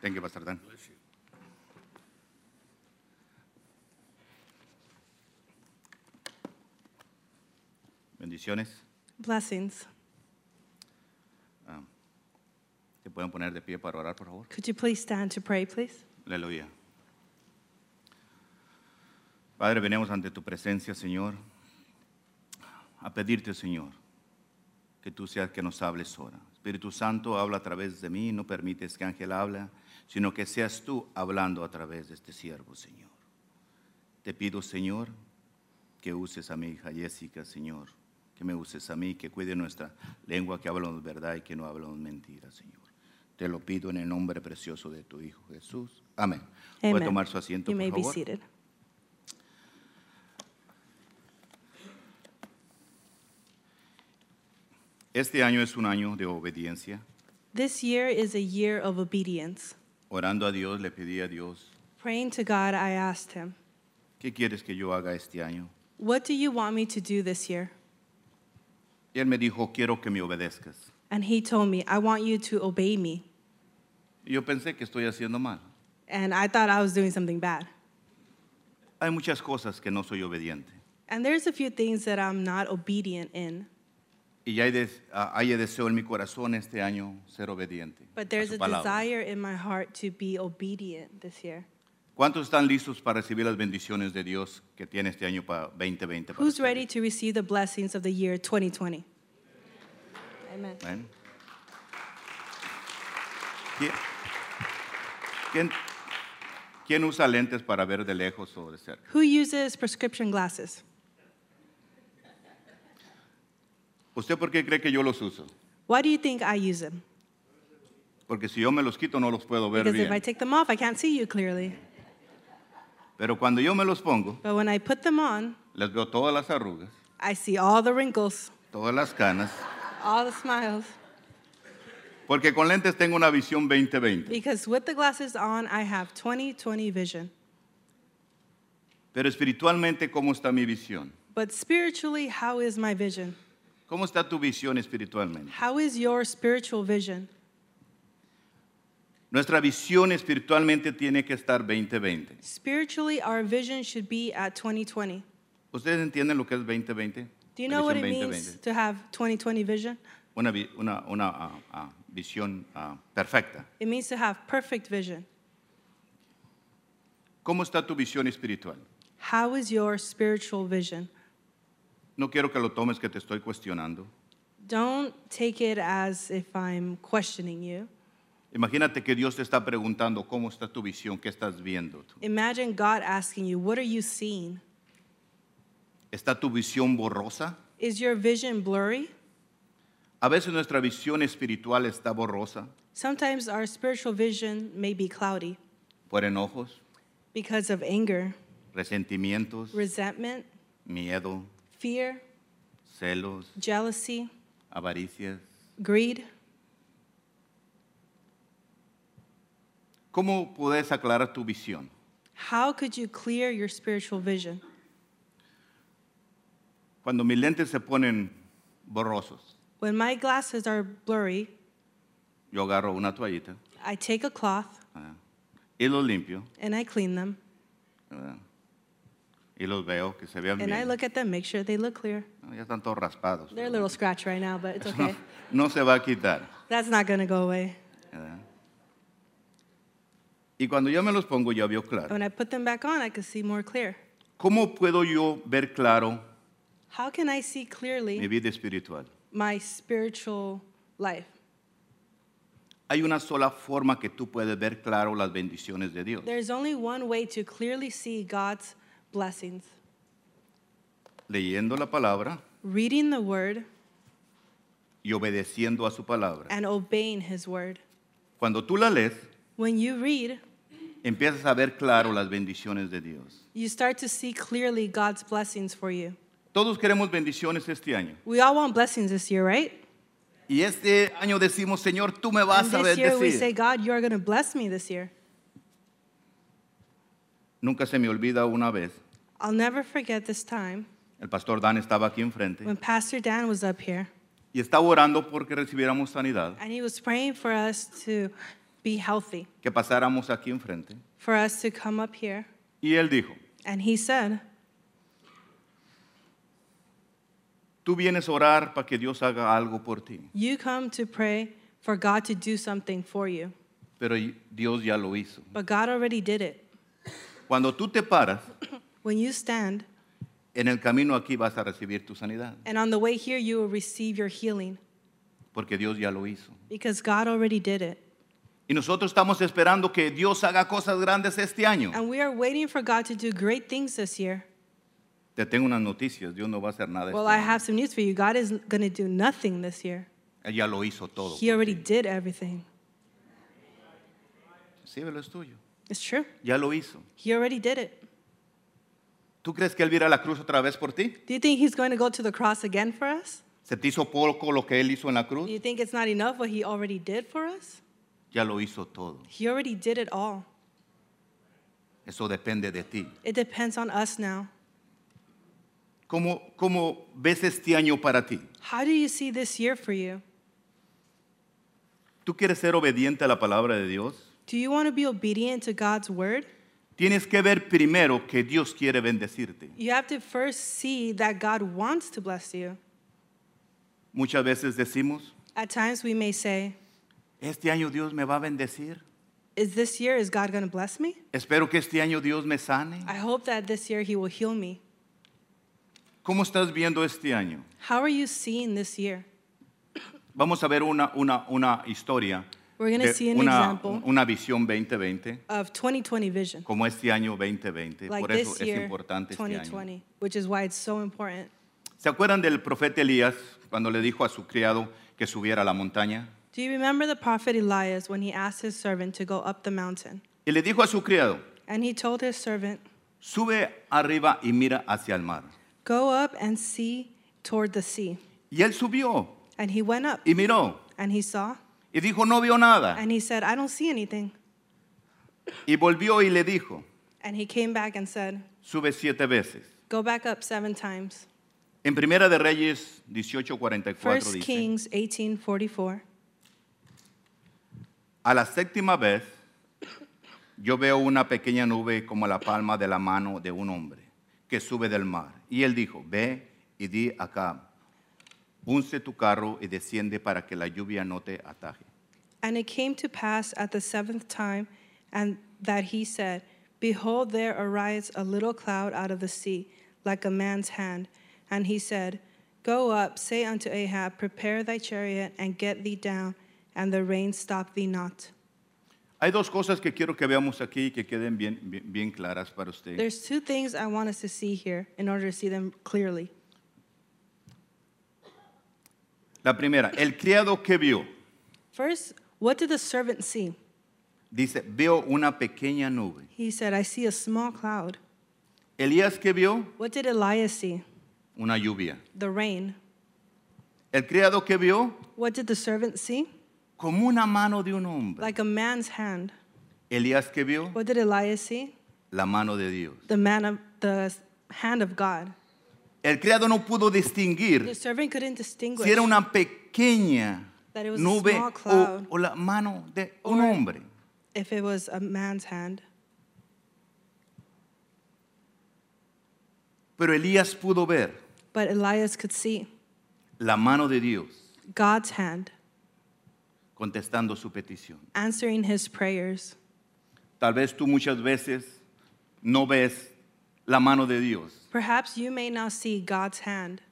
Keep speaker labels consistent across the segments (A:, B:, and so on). A: Thank you, Pastor Dan. Bendiciones.
B: Blessings.
A: Se pueden poner de pie para orar, por favor.
B: Could you please stand to pray, please?
A: Aleluya. Padre, venimos ante tu presencia, Señor, a pedirte, Señor, que tú seas que nos hables ahora. Espíritu Santo, habla a través de mí, no permites que Ángel hable, sino que seas tú hablando a través de este siervo, Señor. Te pido, Señor, que uses a mi hija Jessica, Señor, que me uses a mí, que cuide nuestra lengua, que hablamos verdad y que no hablamos mentira, Señor. Te lo pido en el nombre precioso de tu Hijo Jesús. Amén. Puede tomar su asiento, por
B: you may
A: favor.
B: be seated.
A: Este año es un año de obediencia.
B: This year is a year of obedience.
A: Orando a Dios, le pedí a Dios,
B: Praying to God, I asked him,
A: ¿qué quieres que yo haga este año?
B: What do you want me to do this year?
A: Y él me dijo, quiero que me obedezcas.
B: And he told me, I want you to obey me.
A: Y yo pensé que estoy haciendo mal.
B: And I thought I was doing something bad.
A: Hay muchas cosas que no soy obediente.
B: And there's a few things that I'm not obedient in,
A: Y ya hay, des- ah, hay deseo en mi corazón este año ser obediente. a
B: but there's
A: su
B: a
A: palabra.
B: desire in my heart to be obedient this year.
A: ¿Cuántos están listos para recibir las bendiciones de Dios que tiene este año para 2020? para
B: Who's
A: ustedes?
B: ready to receive the blessings of the year 2020? Amen.
A: Amén. ¿Qui- ¿Quién, quién usa lentes para ver de lejos o de cerca?
B: Who uses prescription glasses?
A: ¿Usted por qué cree que yo los uso?
B: Why do you think I use them?
A: Porque si yo me los quito no los puedo ver
B: Because if I
A: bien.
B: take them off, I can't see you clearly.
A: Pero cuando yo me los pongo,
B: But when I put them on,
A: les veo todas las arrugas,
B: I see all the wrinkles,
A: todas las canas,
B: all the smiles.
A: porque con lentes tengo una visión 2020.
B: Because with the glasses on, I have 20 20 vision.
A: Pero espiritualmente, ¿cómo está mi visión?
B: But spiritually, how is my vision?
A: ¿Cómo está tu visión espiritualmente?
B: How is your spiritual vision?
A: Nuestra visión espiritualmente tiene que estar 2020.
B: Spiritually, our vision should be at 2020.
A: ¿Ustedes entienden lo que es 2020?
B: Do you know what it
A: Visión
B: means
A: 2020.
B: to have 2020 vision?
A: Una, vi- una- una, ah, ah, visión ah, perfecta.
B: It means to have perfect vision.
A: ¿Cómo está tu visión espiritual?
B: How is your spiritual vision?
A: No quiero que lo tomes que te estoy cuestionando.
B: Don't take it as if I'm questioning you.
A: Imagínate que Dios te está preguntando cómo está tu visión, qué estás viendo. tú?
B: Imagine God asking you, What are you seeing?
A: ¿Está tu visión borrosa?
B: Is your vision blurry?
A: A veces nuestra visión espiritual está borrosa
B: Sometimes our spiritual vision may be cloudy
A: por enojos,
B: because of anger,
A: resentimientos,
B: resentment,
A: miedo,
B: fear,
A: celos,
B: jealousy,
A: avaricias.
B: greed.
A: ¿Cómo puedes aclarar tu visión?
B: How could you clear your spiritual vision?
A: Cuando mis lentes se ponen borrosos,
B: When my glasses are blurry,
A: yo agarro una toallita
B: I take a cloth
A: ah, y los limpio
B: and I clean them
A: ah, y los veo que se vean
B: and I
A: bien.
B: look at them, make sure they look clear.
A: Ah, Ya están todos raspados.
B: They're a little scratch right now, but it's
A: Eso
B: okay.
A: no, no se va a quitar.
B: That's not gonna go away.
A: ¿verdad? Y cuando yo me los pongo, ya veo claro.
B: When I put them back on, I can see more clear.
A: ¿Cómo puedo yo ver claro
B: How can I see
A: mi
B: clearly
A: vida espiritual?
B: my spiritual life?
A: Hay una sola forma que tú puedes ver claro las bendiciones de Dios.
B: There's only one way to clearly see God's blessings
A: Leyendo la palabra
B: reading the word
A: y obedeciendo a su palabra.
B: and obeying his word.
A: Cuando tú la lees,
B: When you read,
A: empiezas a ver claro las bendiciones de Dios.
B: you start to see clearly God's blessings for you.
A: Todos queremos bendiciones este año.
B: We all want blessings this year, right?
A: Y este año decimos, Señor, tú me
B: And
A: vas a
B: this year we say,
A: bendecir.
B: God, you're going to bless me this year.
A: Nunca se me olvida una vez,
B: I'll never forget this time
A: el pastor Dan estaba aquí enfrente
B: when Pastor Dan was up here
A: y estaba orando porque recibiéramos sanidad.
B: and he was praying for us to be healthy,
A: que pasáramos aquí enfrente.
B: for us to come up here.
A: Y él dijo,
B: And he said,
A: tú vienes a orar para que Dios haga algo por ti,
B: You come to pray for God to do something for you,
A: pero y- Dios ya lo hizo.
B: but God already did it.
A: Cuando tú te paras,
B: When you stand,
A: en el camino aquí vas a recibir tu sanidad,
B: and on the way here, you will receive your healing
A: porque Dios ya lo hizo.
B: because God already did it.
A: Y nosotros estamos esperando que Dios haga cosas grandes este año.
B: And we are waiting for God to do great things this year.
A: Te tengo unas noticias, Dios no va a hacer nada.
B: Well,
A: este
B: I
A: año.
B: have some news for you. God is going to do nothing this year.
A: Él ya lo hizo todo.
B: He already did everything.
A: Recíbelo, es tuyo.
B: It's true.
A: Ya lo hizo.
B: He already did it.
A: ¿Tú crees que Él viera la cruz otra vez por ti?
B: Do you think he's going to go to the cross again for us?
A: ¿Se te hizo poco lo que Él hizo en la
B: Do
A: cruz?
B: you think it's not enough what he already did for us?
A: Ya lo hizo todo.
B: He already did it all.
A: Eso depende de ti.
B: It depends on us now.
A: ¿Cómo, cómo ves este año para ti?
B: How do you see this year for you?
A: ¿Tú quieres ser obediente a la palabra de Dios?
B: Do you want to be obedient to God's word?
A: Tienes que ver primero que Dios quiere bendecirte.
B: You have to first see that God wants to bless you.
A: Muchas veces decimos,
B: At times we may say,
A: este año Dios me va a bendecir.
B: Is this year, is God going to bless me?
A: Espero que este año Dios me sane.
B: I hope that this year He will heal me.
A: ¿Cómo estás viendo este año?
B: How are you seeing this year?
A: Vamos a ver una, una, una historia,
B: We're gonna
A: de
B: see an
A: una,
B: example.
A: una visión 2020,
B: Of 2020 vision.
A: como este año 2020.
B: Like
A: Por eso
B: this
A: es
B: year,
A: importante este año.
B: 2020, which is why it's so important.
A: ¿Se acuerdan del profeta Elías cuando le dijo a su criado que subiera a la montaña?
B: Do you remember the prophet Elias when he asked his servant to go up the mountain?
A: Y le dijo a su criado,
B: And he told his servant,
A: sube arriba y mira hacia el mar.
B: Go up and see toward the sea.
A: Y él subió
B: And he went up
A: y miró
B: and he saw
A: y dijo, no vio nada.
B: and he said, I don't see anything.
A: Y volvió y le dijo,
B: And he came back and said,
A: sube siete veces.
B: Go back up seven times.
A: En Primera de Reyes 18:44
B: First
A: dice,
B: Kings 18:44.
A: a la séptima vez yo veo una pequeña nube como la palma de la mano de un hombre que sube del mar. Y él dijo, ve y di acá, unce tu carro y desciende para que la lluvia no te ataje.
B: And it came to pass at the seventh time, and that he said, Behold, there arise a little cloud out of the sea, like a man's hand. And he said, Go up, say unto Ahab, Prepare thy chariot, and get thee down, and the rain stop thee not.
A: Hay dos cosas que quiero que veamos aquí y que queden bien, bien- bien claras para usted.
B: There's two things I want us to see here in order to see them clearly.
A: La primera, el criado que vio,
B: First, what did the servant see?
A: dice, veo una pequeña nube.
B: He said, I see a small cloud.
A: Elías que vio,
B: What did Elias see?
A: una lluvia.
B: The rain.
A: El criado que vio,
B: What did the servant see?
A: como una mano de un hombre.
B: Like a man's hand.
A: Elías que vio
B: What did Elias see?
A: la mano de Dios.
B: The man of the hand of God.
A: El criado no pudo
B: The
A: distinguir
B: servant couldn't distinguish
A: si era una pequeña
B: That it was a
A: nube
B: small
A: o,
B: cloud.
A: o la mano de un
B: Or-
A: hombre.
B: if it was a man's hand.
A: Pero Elías pudo ver
B: But Elias could see
A: la mano de Dios
B: God's hand
A: contestando su petición.
B: answering his prayers.
A: Tal vez tú muchas veces no ves la mano de Dios
B: Perhaps you may now see God's hand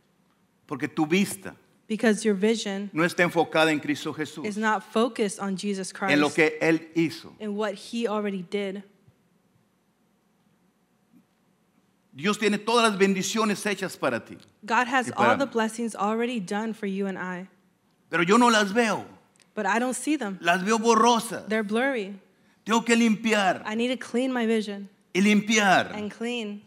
A: porque tu vista
B: because your vision
A: no está enfocada en Cristo
B: is
A: Jesús,
B: not focused on Jesus
A: en lo
B: Christ
A: que Él hizo.
B: and what he already did.
A: Dios tiene todas las bendiciones hechas para ti,
B: God has
A: Y para
B: all the
A: mí.
B: blessings already done for you and I,
A: pero yo no las veo,
B: but I don't see them.
A: las veo borrosas.
B: They're blurry.
A: Tengo que limpiar
B: I need to clean my vision
A: y limpiar.
B: and clean.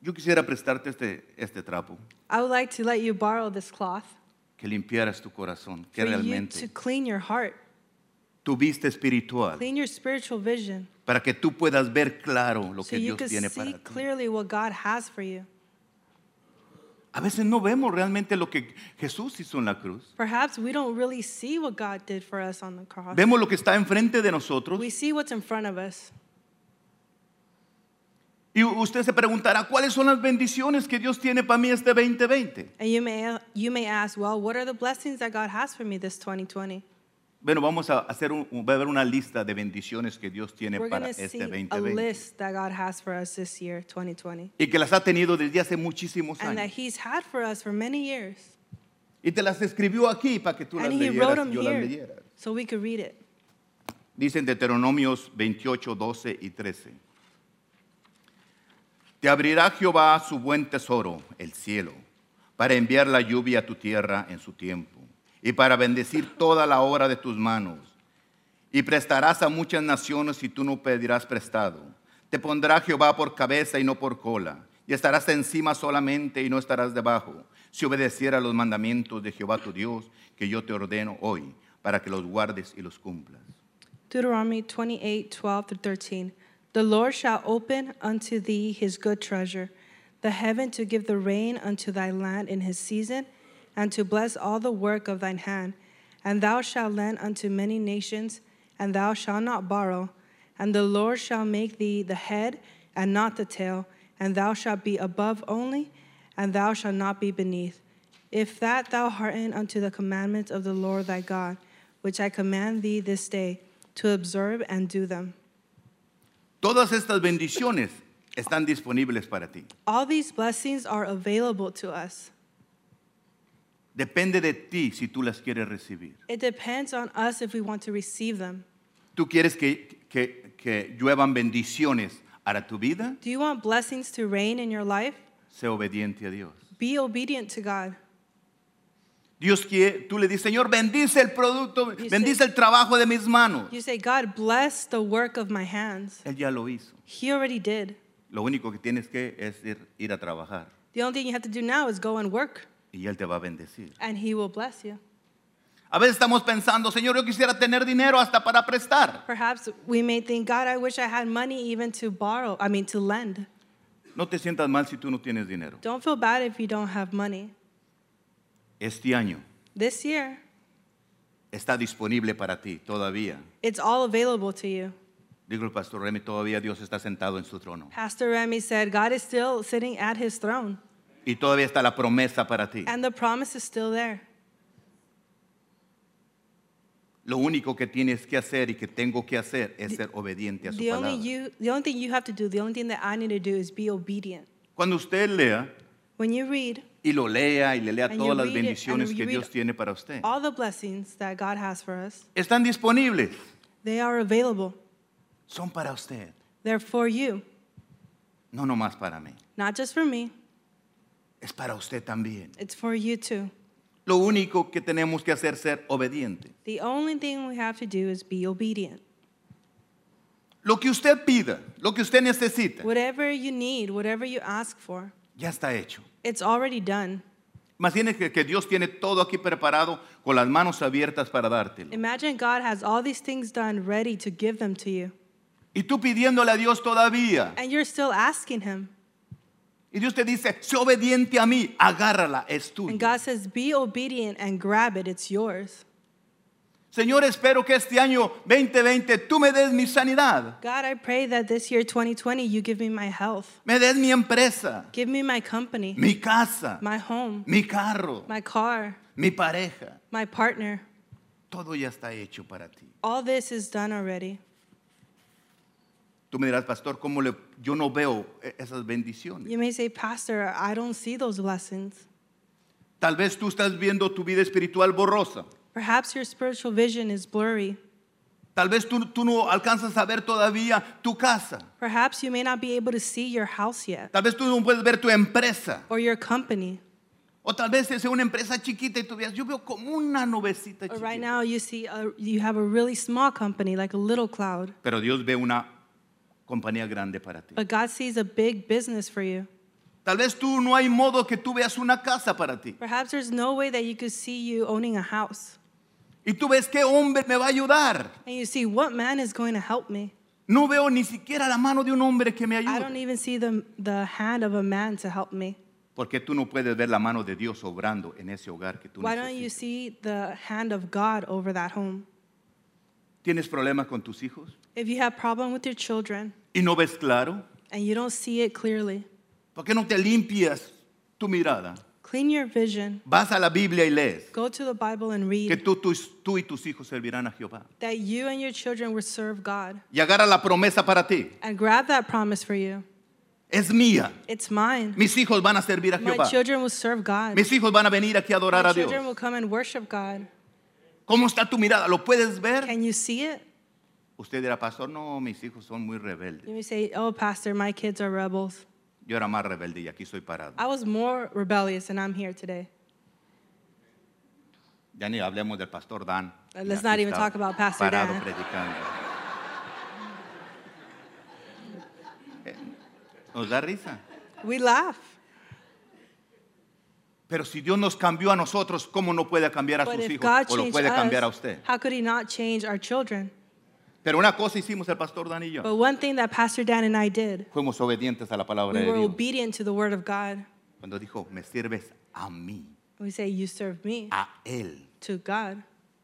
A: Yo quisiera prestarte este, este trapo,
B: I would like to let you borrow this cloth
A: que limpiaras tu corazón, que
B: for you to
A: realmente
B: clean your heart,
A: tu vista espiritual,
B: clean your spiritual vision,
A: para que tú puedas ver claro lo
B: so
A: que
B: you
A: Dios
B: can
A: tiene
B: see
A: para ti.
B: clearly what God has for you.
A: A veces no vemos realmente lo que Jesús hizo en la cruz.
B: Perhaps we don't really see what God did for us on the cross.
A: Vemos lo que está enfrente de nosotros.
B: We see what's in front of us.
A: Y usted se preguntará, ¿cuáles son las bendiciones que Dios tiene para mí este 2020?
B: And you may, you may ask, well, what are the blessings that God has for me this 2020?
A: Bueno, vamos a hacer un, va a haber una lista de bendiciones que Dios tiene
B: We're
A: para
B: going to
A: este
B: see a
A: 2020
B: list that God has for us this year, 2020,
A: y que las ha tenido desde hace muchísimos
B: and that
A: años.
B: He's had for us for many years.
A: Y te las escribió aquí para que tú las
B: And He
A: leyeras
B: wrote them
A: y yo las
B: here
A: leyera.
B: so we could read it.
A: Dicen Deuteronomios 28, 12 y 13. Te abrirá Jehová su buen tesoro, el cielo, para enviar la lluvia a tu tierra en su tiempo y para bendecir toda la obra de tus manos. Y prestarás a muchas naciones y tú no pedirás prestado. Te pondrá Jehová por cabeza y no por cola. Y estarás encima solamente y no estarás debajo. Si obedeciera los mandamientos de Jehová tu Dios, que yo te ordeno hoy, para que los guardes y los cumplas.
B: Deuteronomy 28, 12 through 13. The Lord shall open unto thee his good treasure, the heaven to give the rain unto thy land in his season, and to bless all the work of thine hand. And thou shalt lend unto many nations, and thou shalt not borrow. And the Lord shall make thee the head and not the tail, and thou shalt be above only, and thou shalt not be beneath. If that thou hearken unto the commandments of the Lord thy God, which I command thee this day, to observe and do them.
A: Todas estas bendiciones están disponibles para ti.
B: All these blessings are available to us.
A: Depende de ti si tú las quieres recibir.
B: It depends on us if we want to receive them.
A: ¿Tú quieres que, que- que lluevan bendiciones para tu vida?
B: Do you want blessings to reign in your life?
A: Sé obediente a Dios.
B: Be obedient to God.
A: Dios quiere, tú le dices, Señor, bendice el producto,
B: You
A: bendice
B: say-
A: el trabajo de mis manos.
B: You say, God, bless the work of my hands.
A: Él ya lo hizo.
B: He already did.
A: Lo único que tienes que es ir, ir a trabajar
B: The only thing you have to do now is go and work,
A: y Él te va a bendecir.
B: and He will bless you.
A: A veces estamos pensando, Señor, yo quisiera tener dinero hasta para prestar.
B: Perhaps we may think, God, I wish I had money even to borrow, I mean, to lend.
A: No te sientas mal si tú no tienes dinero.
B: Don't feel bad if you don't have money.
A: Este año
B: This year,
A: está disponible para ti todavía.
B: it's all available to you.
A: Digo el pastor Remy, todavía Dios está sentado en su trono.
B: Pastor Remy said, God is still sitting at his throne,
A: Y todavía está la promesa para ti.
B: and the promise is still there.
A: Lo único que tienes que hacer y que tengo que hacer es ser obediente a su
B: The only,
A: palabra.
B: you, the only thing you have to do, the only thing that I need to do is be obedient.
A: Cuando usted lea
B: When you read
A: y lo lea y le lea
B: And
A: todas
B: you
A: las
B: read it,
A: bendiciones
B: and
A: que
B: you
A: Dios
B: read-
A: tiene para usted,
B: all the blessings that God has for us,
A: están disponibles.
B: they are available.
A: Son para usted,
B: They're for you,
A: no nomás para mí.
B: not just for me,
A: Es para usted también.
B: it's for you too.
A: Lo único que tenemos que hacer es ser obediente.
B: The only thing we have to do is be obedient.
A: Lo que usted pida, lo que usted necesita,
B: Whatever you need, whatever you ask for,
A: ya está hecho.
B: it's already done.
A: Imagínese que, que Dios tiene todo aquí preparado con las manos abiertas para dártelo.
B: Imagine God has all these things done, ready to give them to you,
A: Y tú pidiéndole a Dios todavía.
B: and you're still asking Him.
A: Y Dios te dice, sé obediente a mí, agárrala, es
B: And
A: tuya.
B: God says, Be obedient and grab it, it's yours.
A: Señor, espero que este año 2020 tú me des mi sanidad,
B: God, I pray that this year 2020, you give me my health,
A: me des mi empresa,
B: give me my company,
A: mi casa,
B: my home,
A: mi carro,
B: my car,
A: mi pareja.
B: my partner.
A: Todo ya está hecho para ti.
B: All this is done already.
A: Tú me dirás, pastor, ¿cómo le, yo no veo e- esas bendiciones?
B: You may say, Pastor, I don't see those blessings.
A: Tal vez tú estás viendo tu vida espiritual borrosa.
B: Perhaps your spiritual vision is blurry.
A: Tal vez tú, tú no alcanzas a ver todavía tu casa.
B: Perhaps you may not be able to see your house yet
A: Tal vez tú no puedes ver tu empresa.
B: or your company.
A: O tal vez es una empresa chiquita y tú veas, yo veo como una nubecita
B: Or
A: chiquita.
B: right now, you see a, you have a really small company, like a little cloud,
A: Pero Dios ve una compañía grande para ti.
B: but God sees a big business for you.
A: Tal vez tú no hay modo que tú veas una casa para ti.
B: Perhaps there's no way that you could see you owning a house.
A: Y tú ves qué hombre me va a ayudar.
B: And you see, what man is going to help me?
A: No veo ni siquiera la mano de un hombre que me
B: I e-
A: ayude.
B: don't even see the, the hand of a man to help me.
A: ¿Por qué tú no puedes ver la mano de Dios obrando en ese hogar que tú
B: Why don't you
A: necesitas?
B: see the hand of God over that home?
A: ¿Tienes problemas con tus hijos?
B: If you have problem with your children
A: ¿Y no ves claro?
B: and you don't see it clearly,
A: ¿Por qué no te limpias tu mirada?
B: clean your vision.
A: Vas a la Biblia y lees
B: Go to the Bible and
A: que
B: read
A: tú, tus- tú y tus hijos servirán a Jehová.
B: that you and your children will serve God
A: Y agarra la promesa para ti.
B: and grab that promise for you.
A: Es mía.
B: It's mine.
A: Mis hijos van a servir a
B: My
A: Jehová.
B: children will serve God.
A: Mis hijos van a venir aquí a adorar
B: My
A: a Dios.
B: children will come and worship God.
A: ¿Cómo está tu mirada? ¿Lo puedes ver?
B: Can you see it?
A: Usted dirá, pastor, no, mis hijos son muy rebeldes.
B: You may say, Oh, Pastor, my kids are rebels.
A: Yo era más rebelde y aquí estoy parado.
B: I was more rebellious and I'm here today.
A: Ya ni hablemos del pastor Dan.
B: Uh, let's
A: Aquí
B: not even
A: está
B: talk about Pastor
A: parado
B: Dan.
A: predicando. Eh, Nos da risa.
B: We laugh.
A: Pero si Dios nos cambió a nosotros, ¿cómo no puede cambiar a
B: But
A: sus
B: if
A: hijos?
B: God
A: O lo
B: changed
A: puede cambiar a
B: us,
A: usted.
B: how could He not change our children?
A: Pero una cosa hicimos el pastor Dan y yo.
B: But one thing that Pastor Dan and I did,
A: Fuimos obedientes a la palabra
B: we
A: de
B: were
A: Dios.
B: obedient to the Word of God.
A: Cuando dijo, me sirves a mí,
B: We say, You serve me,
A: a Él.
B: to God.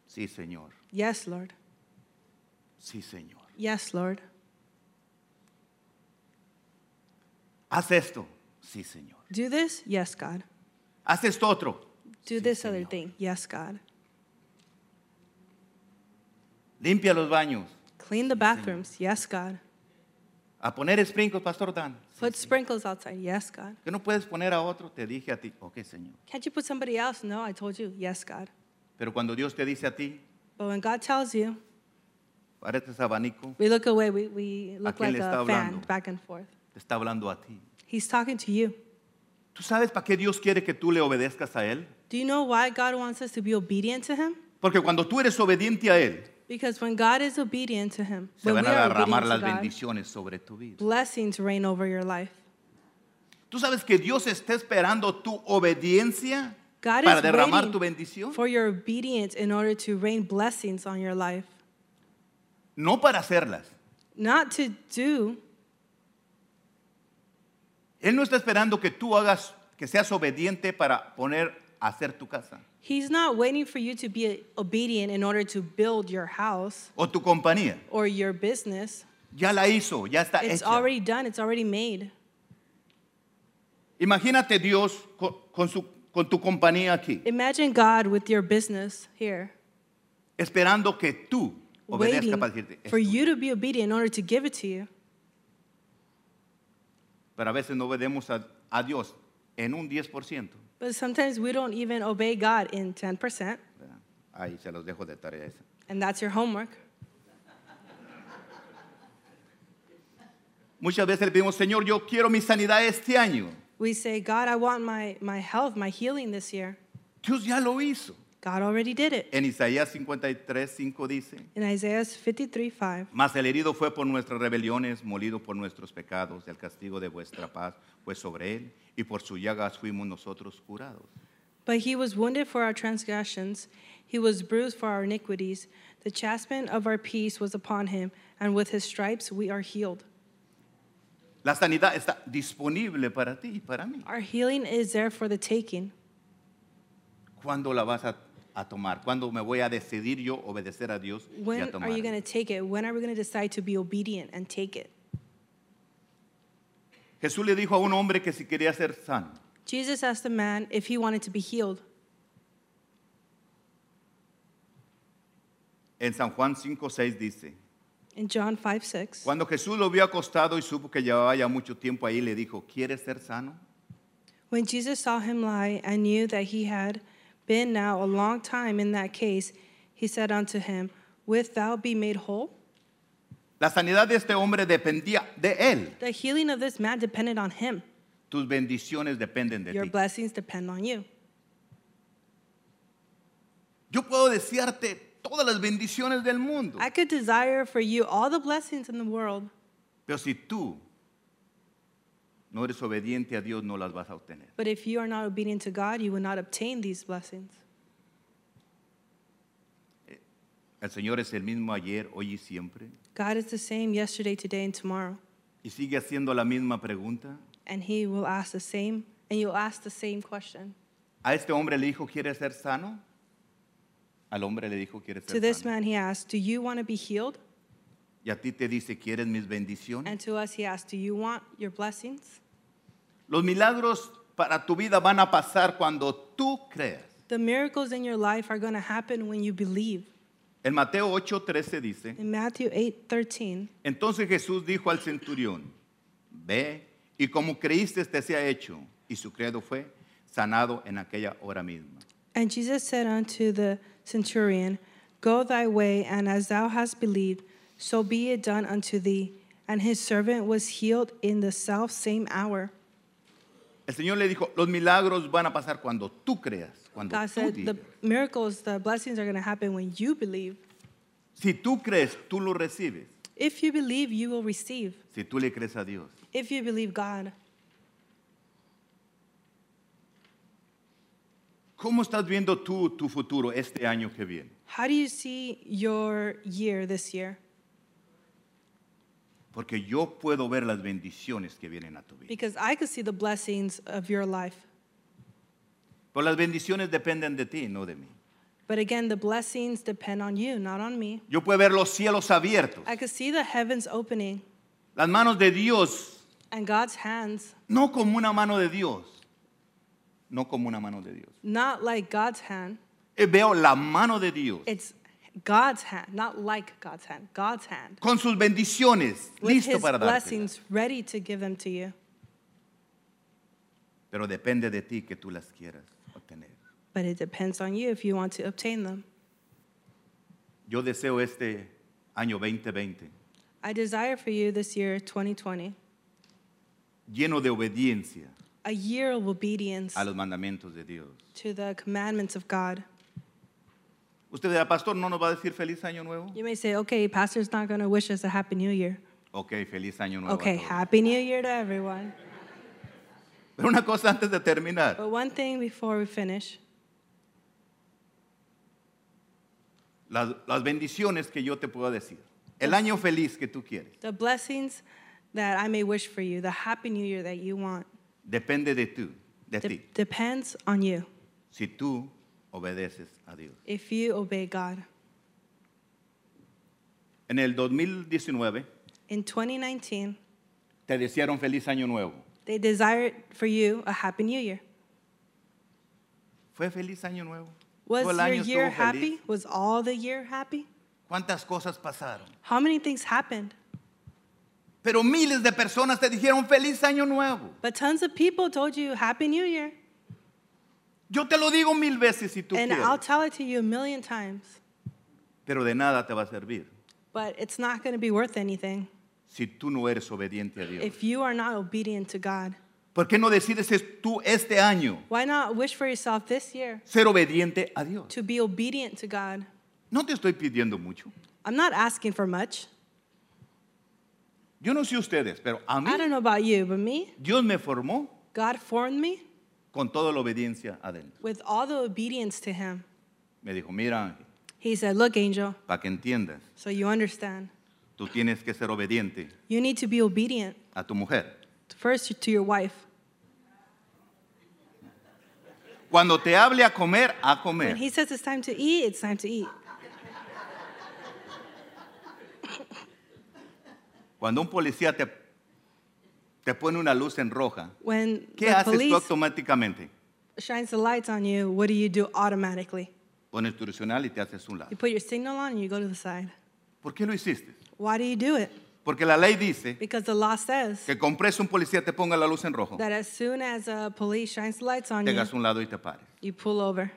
A: Sí, Señor.
B: Yes, Lord.
A: Sí, Señor.
B: Yes, Lord.
A: Haz esto. Sí, Señor.
B: Do this? Yes, God.
A: Haz esto otro.
B: Do
A: Sí,
B: this other
A: Señor.
B: thing? Yes, God.
A: Limpia los baños.
B: Clean the bathrooms? Yes, God.
A: A poner sprinkles, pastor Dan.
B: Put sprinkles outside? Yes, God.
A: Que no puedes poner a otro, te dije a ti. Ok, Señor.
B: Can't you put somebody else? No, I told you. Yes, God.
A: Pero cuando Dios te dice a ti,
B: But when God tells you,
A: pareces abanico,
B: we look away, we, we
A: ¿A
B: look
A: quién
B: like
A: le
B: a
A: está
B: fan
A: hablando?
B: back and forth.
A: te está hablando a ti.
B: He's talking to you.
A: ¿Tú sabes para qué Dios quiere que tú le obedezcas a Él?
B: Do you know why God wants us to be obedient to Him?
A: Porque cuando tú eres obediente a Él,
B: Because when God is obedient to Him,
A: se
B: when
A: van
B: we
A: a
B: are
A: derramar
B: obedient to
A: las
B: God,
A: bendiciones sobre tu vida.
B: blessings reign over your life.
A: ¿Tú sabes que Dios está esperando tu obediencia
B: God
A: para
B: is
A: derramar
B: waiting
A: tu bendición?
B: for your obedience in order to rain blessings on your life,
A: No para hacerlas.
B: not to do.
A: Él no está esperando que tú hagas, que seas obediente para poner a hacer tu casa
B: He's not waiting for you to be obedient in order to build your house
A: o tu compañía.
B: or your business.
A: Ya la hizo, ya está
B: It's
A: hecha.
B: already done. It's already made.
A: Imagínate Dios co- con, su- con tu compañía aquí,
B: Imagine God with your business here,
A: esperando que tú obedezcas
B: waiting
A: para decirte. "Es
B: for
A: tuyo".
B: you to be obedient in order to give it to you.
A: Pero a veces no obedecemos a, a Dios en un 10%.
B: But sometimes we don't even obey God in 10%,
A: ¿verdad? Ahí se los dejo de tarea esa.
B: and that's your homework.
A: Muchas veces le pedimos, Señor, yo quiero mi sanidad este año.
B: We say, God, I want my, my health, my healing this year.
A: Dios ya lo hizo.
B: God already did it.
A: En Isaías 53, 5 dice,
B: In Isaiah 53 5,
A: mas el herido fue por nuestras rebeliones, molido por nuestros pecados, el castigo de vuestra paz fue sobre él, y por sus llagas fuimos nosotros curados.
B: But he was wounded for our transgressions, he was bruised for our iniquities. The chastisement of our peace was upon him, and with his stripes we are healed.
A: La sanidad está disponible para ti y para mí.
B: Our healing is there for the taking.
A: ¿Cuándo la vas a, a tomar? ¿Cuándo me voy a decidir yo obedecer a Dios y a
B: When are
A: tomar?
B: you going to take it? When are we going to decide to be obedient and take it?
A: Jesús le dijo a un hombre que si quería ser sano,
B: Jesus asked the man if he wanted to be healed.
A: en San Juan 5, 6 dice,
B: In John 5 6,
A: Cuando Jesús lo vio acostado y supo que llevaba ya mucho tiempo ahí, le dijo, ¿quieres ser sano?
B: when Jesus saw him lie and knew that he had been now a long time in that case, he said unto him, Wilt thou be made whole?
A: La sanidad de este hombre dependía de él.
B: The healing of this man depended on him.
A: Tus bendiciones dependen de
B: Your
A: ti.
B: blessings depend on you.
A: Yo puedo desearte todas las bendiciones del mundo,
B: I could desire for you all the blessings in the world,
A: pero si tú no eres obediente a Dios, no las vas a obtener.
B: but if you are not obedient to God, you will not obtain these blessings.
A: El Señor es el mismo ayer, hoy y siempre,
B: God is the same yesterday, today, and tomorrow,
A: y sigue haciendo la misma pregunta.
B: and He will ask the same and you'll ask the same question.
A: A este hombre le dijo, ¿quieres ser sano? Al hombre le dijo, ¿quieres
B: To
A: ser
B: this
A: sano?
B: man, he asked, Do you want to be healed?
A: Y a ti te dice, ¿quieres mis bendiciones?
B: And to us, he asked, Do you want your blessings?
A: Los milagros para tu vida van a pasar cuando tú creas.
B: The miracles in your life are going to happen when you believe.
A: En Mateo 8:13 dice,
B: In Matthew 8 13,
A: entonces Jesús dijo al centurión, ve y como creíste te sea hecho. Y su credo fue sanado en aquella hora misma.
B: And Jesus said unto the centurion, Go thy way, and as thou hast believed, so be it done unto thee. And his servant was healed in the self same hour.
A: El Señor le dijo, los milagros van a pasar cuando tú creas, cuando
B: God
A: tú
B: said,
A: digas.
B: The miracles, the blessings are going to happen when you believe.
A: Si tú crees, tú lo recibes.
B: If you believe, you will receive.
A: Si tú le crees a Dios.
B: If you believe God,
A: ¿Cómo estás viendo tú tu futuro este año que viene?
B: how do you see your year this year?
A: Porque yo puedo ver las bendiciones que vienen a tu vida.
B: Because I could see the blessings of your life.
A: Pero las bendiciones dependen de ti, no de mí.
B: But again, the blessings depend on you, not on me.
A: Yo puedo ver los cielos abiertos,
B: I could see the heavens opening
A: las manos de Dios,
B: and God's hands
A: no como una mano de Dios, no como una mano de Dios.
B: not like God's hand.
A: Eh, Veo la mano de Dios
B: It's God's hand, not like God's hand. God's hand.
A: con sus bendiciones,
B: With
A: listo
B: his
A: para darte.
B: blessings ready to give them to you.
A: Pero depende de ti que tú las quieras obtener.
B: But it depends on you if you want to obtain them.
A: Yo deseo este año 2020
B: I desire for you this year 2020
A: lleno de obediencia
B: a year of obedience
A: a los mandamientos de Dios.
B: to the commandments of God.
A: Usted dirá, pastor, ¿no nos va a decir feliz año nuevo?
B: You may say, okay, Pastor's not going to wish us a Happy New Year.
A: Ok, feliz año nuevo. a
B: Okay,
A: todos.
B: Happy New Year to everyone.
A: Pero una cosa antes de terminar.
B: But one thing before we finish
A: las, las bendiciones que yo te puedo decir. El año feliz que tú quieres
B: the blessings that I may wish for you, the Happy New Year that you want,
A: depende de tú, de
B: de-
A: ti,
B: depends on you.
A: si tú obedeces a Dios.
B: if you obey God.
A: En el 2019
B: In 2019,
A: te desearon feliz año nuevo.
B: they desired for you a happy new year.
A: ¿Fue feliz año nuevo?
B: Was
A: ¿Todo el
B: your
A: año
B: year
A: estuvo
B: happy?
A: feliz?
B: Was all the year happy?
A: ¿Cuántas cosas pasaron?
B: How many things happened?
A: Pero miles de personas te dijeron feliz año nuevo.
B: But tons of people told you happy new year.
A: Yo te lo digo mil veces si tú
B: And
A: quieres,
B: I'll tell it to you a million times.
A: pero de nada te va a servir
B: But it's not going to be worth anything
A: si tú no eres obediente a Dios.
B: if you are not obedient to God.
A: ¿Por qué no decides es- tú este año
B: Why not wish for yourself this year
A: ser obediente a Dios?
B: to be obedient to God?
A: No te estoy pidiendo mucho.
B: I'm not asking for much.
A: Yo no sé ustedes, pero a mí
B: I don't know about you, but me,
A: Dios me formó
B: God formed me
A: con toda la obediencia adentro.
B: with all the obedience to Him.
A: Me dijo, mira Ángel,
B: He said, Look, angel,
A: para que entiendas,
B: so you understand,
A: tú tienes que ser obediente
B: you need to be obedient
A: a tu mujer.
B: first to your wife.
A: Cuando te hable a comer, a
B: When
A: comer.
B: he says it's time to eat, it's time to eat.
A: Cuando un policía te, te pone una luz en roja,
B: When
A: ¿qué
B: the
A: haces tú
B: police
A: automáticamente?
B: shines the lights on you, what do you do automatically?
A: Pones tu direccional y te haces un lado.
B: You put your signal on and you go to the side.
A: ¿Por qué lo hiciste?
B: Why do you do it?
A: Porque la ley dice
B: Because the law says
A: que compres un policía te ponga la luz en rojo,
B: that as soon as a police shines the lights on
A: te
B: you,
A: hagas un lado y te pares.
B: you pull over.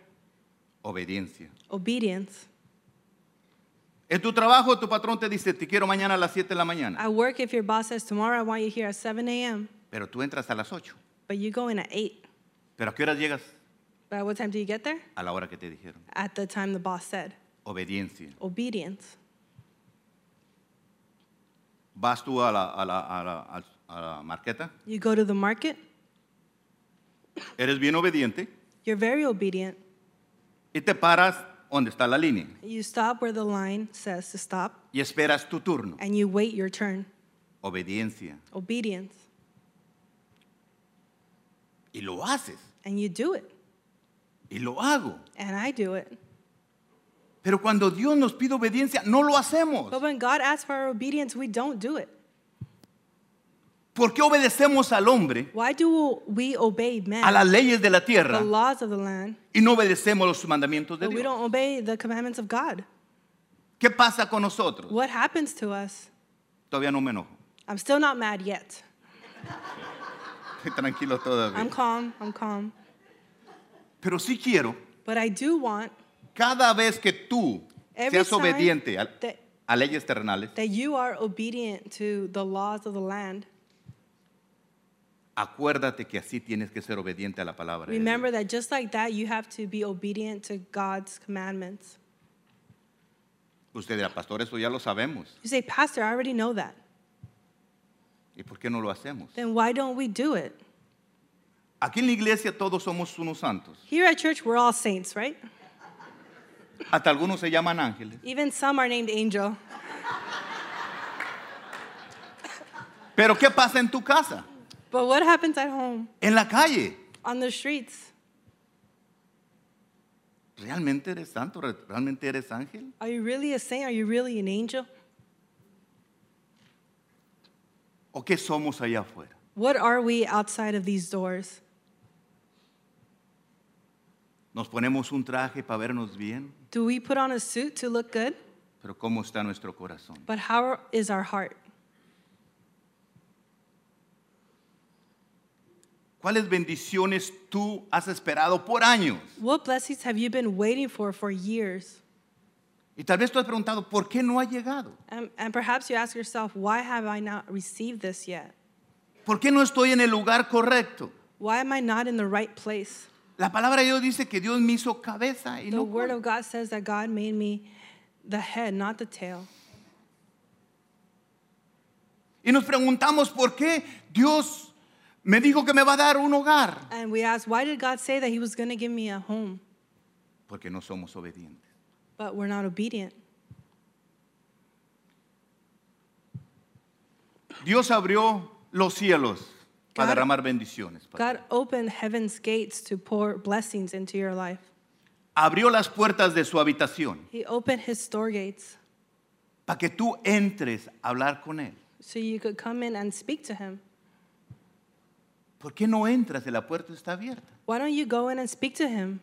A: Obediencia.
B: Obedience.
A: En tu trabajo tu patrón te dice, te quiero mañana a las 7 de la mañana.
B: At work, if your boss says, Tomorrow I want you here at 7 a.m.,
A: Pero tú entras a las 8.
B: but you go in at 8.
A: ¿Pero a qué hora llegas?
B: By what time do you get there?
A: A la hora que te dijeron.
B: At the time the boss said.
A: Obediencia.
B: Obedience.
A: Vas tú a la, a la- a la- al- a la marqueta,
B: You go to the market,
A: eres bien obediente
B: you're very obedient.
A: y te paras donde está la línea
B: You stop where the line says to stop
A: y esperas tu turno.
B: and you wait your turn.
A: Obediencia.
B: Obedience.
A: y lo haces,
B: and you do it,
A: y lo hago.
B: and I do it.
A: Pero cuando Dios nos pide obediencia, no lo hacemos.
B: But when God asks for our obedience, we don't do it.
A: ¿Por qué obedecemos al hombre,
B: Why do we obey
A: a
B: men,
A: las leyes de la
B: the
A: tierra,
B: laws of the land,
A: y no obedecemos los mandamientos de
B: but we
A: Dios?
B: don't obey the commandments of God?
A: ¿Qué pasa con nosotros?
B: What happens to us?
A: Todavía no me enojo.
B: I'm still not mad yet.
A: Estoy tranquilo
B: I'm
A: todavía.
B: calm, I'm calm.
A: Pero sí quiero,
B: But I do want
A: cada vez que tú
B: Every
A: seas
B: time
A: obediente a,
B: that-
A: a leyes terrenales,
B: that you are obedient to the laws of the land.
A: acuérdate que así tienes que ser obediente a la palabra. de
B: Remember
A: Dios.
B: that just like that, you have to be obedient to God's commandments.
A: Usted dirá, pastor, eso ya lo sabemos.
B: You say, Pastor, I already know that.
A: ¿Y por qué no lo hacemos?
B: Then why don't we do it?
A: Aquí en la iglesia todos somos unos santos.
B: Here at church, we're all saints, right?
A: Hasta algunos se llaman ángeles.
B: Even some are named Angel.
A: Pero ¿qué pasa en tu casa?
B: But what happens at home,
A: En la calle.
B: on the streets?
A: ¿Realmente eres santo? ¿Re- ¿Realmente eres ángel?
B: Are you really a saint? Are you really an angel?
A: ¿O qué somos allá afuera?
B: What are we outside of these doors?
A: Nos ponemos un traje para vernos bien,
B: Do we put on a suit to look good?
A: pero ¿cómo está nuestro corazón?
B: But how is our heart?
A: ¿Cuáles bendiciones tú has esperado por años?
B: What blessings have you been waiting for for years?
A: Y tal vez tú has preguntado, ¿por qué no ha llegado?
B: And, and perhaps you ask yourself, why have I not received this yet?
A: ¿Por qué no estoy en el lugar correcto?
B: Why am I not in the right place?
A: La palabra de Dios dice que Dios me hizo cabeza y
B: The
A: no
B: Word
A: cola.
B: of God says that God made me the head, not the tail.
A: Y nos preguntamos por qué Dios me dijo que me va a dar un hogar.
B: And we ask, why did God say that He was going to give me a home?
A: Porque no somos obedientes.
B: But we're not obedient.
A: Dios abrió los cielos para
B: God-
A: derramar bendiciones. Padre.
B: God opened heaven's gates to pour blessings into your life,
A: abrió las puertas de su habitación
B: He opened His store gates
A: para que tú entres a hablar con Él.
B: so you could come in and speak to Him.
A: ¿Por qué no entras? La puerta está abierta.
B: Why don't you go in and speak to Him?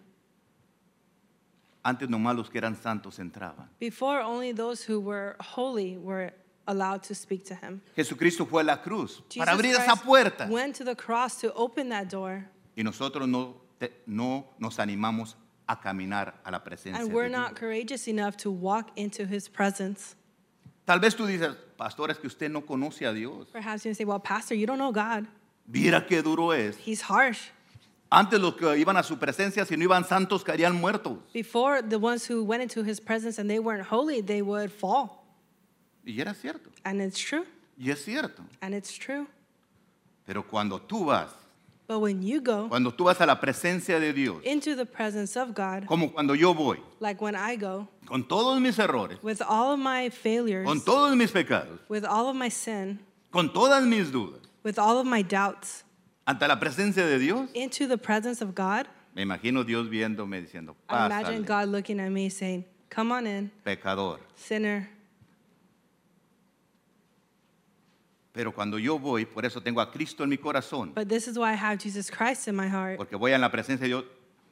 A: Antes nomás los que eran santos entraban.
B: Before, only those who were holy were allowed to speak to Him.
A: Jesucristo fue a la cruz para abrir
B: Christ
A: esa puerta.
B: went to the cross to open that door,
A: Y nosotros no, te- no nos animamos a caminar a la presencia
B: and
A: de
B: we're
A: Dios.
B: not courageous enough to walk into His presence.
A: Tal vez tú dices, pastor, es que usted no conoce a Dios.
B: Perhaps you say, "Well, Pastor, you don't know God.
A: Mira qué duro es.
B: He's harsh."
A: Antes los que iban a su presencia, si no iban santos, caerían muertos.
B: Before, the ones who went into His presence and they weren't holy, they would fall,
A: Y era cierto,
B: and it's true,
A: y es cierto.
B: and it's true.
A: Pero cuando tú vas,
B: But when you go
A: cuando tú vas a la presencia de Dios,
B: into the presence of God,
A: como cuando yo voy,
B: like when I go,
A: con todos mis errores,
B: with all of my failures,
A: con todos mis pecados,
B: with all of my sin,
A: con todas mis dudas,
B: with all of my doubts,
A: ante la presencia de Dios,
B: into the presence of God,
A: me imagino Dios viéndome diciendo,
B: I imagine
A: pásale,
B: God looking at me saying, Come on in,
A: pecador.
B: sinner.
A: Pero cuando yo voy, por eso tengo a Cristo en mi corazón,
B: But this is why I have Jesus Christ in my heart.
A: porque voy a la presencia de Dios,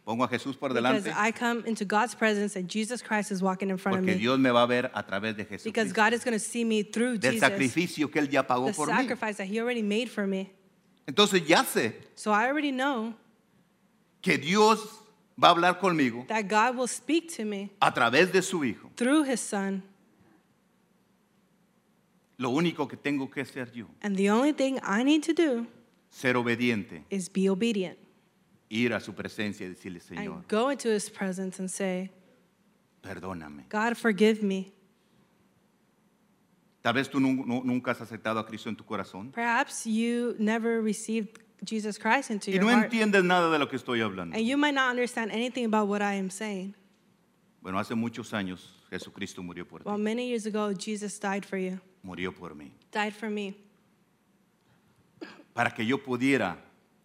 A: pongo a Jesús por
B: Because
A: delante,
B: I come into God's presence and Jesus Christ is walking in front of
A: porque
B: me.
A: Dios me va a ver a través de Jesús,
B: Because God is going to see me through
A: del
B: Jesus,
A: sacrificio que Él ya pagó
B: the
A: por mí.
B: sacrifice that He already made for me.
A: Entonces ya sé
B: So I already know
A: que Dios va a hablar conmigo
B: that God will speak to me
A: a través de su Hijo.
B: through His Son.
A: Lo único que tengo que hacer yo,
B: And the only thing I need to do
A: ser obediente,
B: is be obedient
A: ir a su presencia y decirle, Señor,
B: and go into His presence and say,
A: perdóname.
B: God, forgive me.
A: Tal vez tú nun- nu- nunca has aceptado a Cristo en tu corazón
B: Perhaps you never received Jesus Christ into
A: y
B: your
A: no
B: heart.
A: entiendes nada de lo que estoy hablando.
B: And you might not understand anything about what I am saying.
A: Bueno, hace muchos años Jesucristo murió por
B: Well,
A: ti,
B: many years ago, Jesus died for you,
A: murió por mí,
B: died for me,
A: para que yo pudiera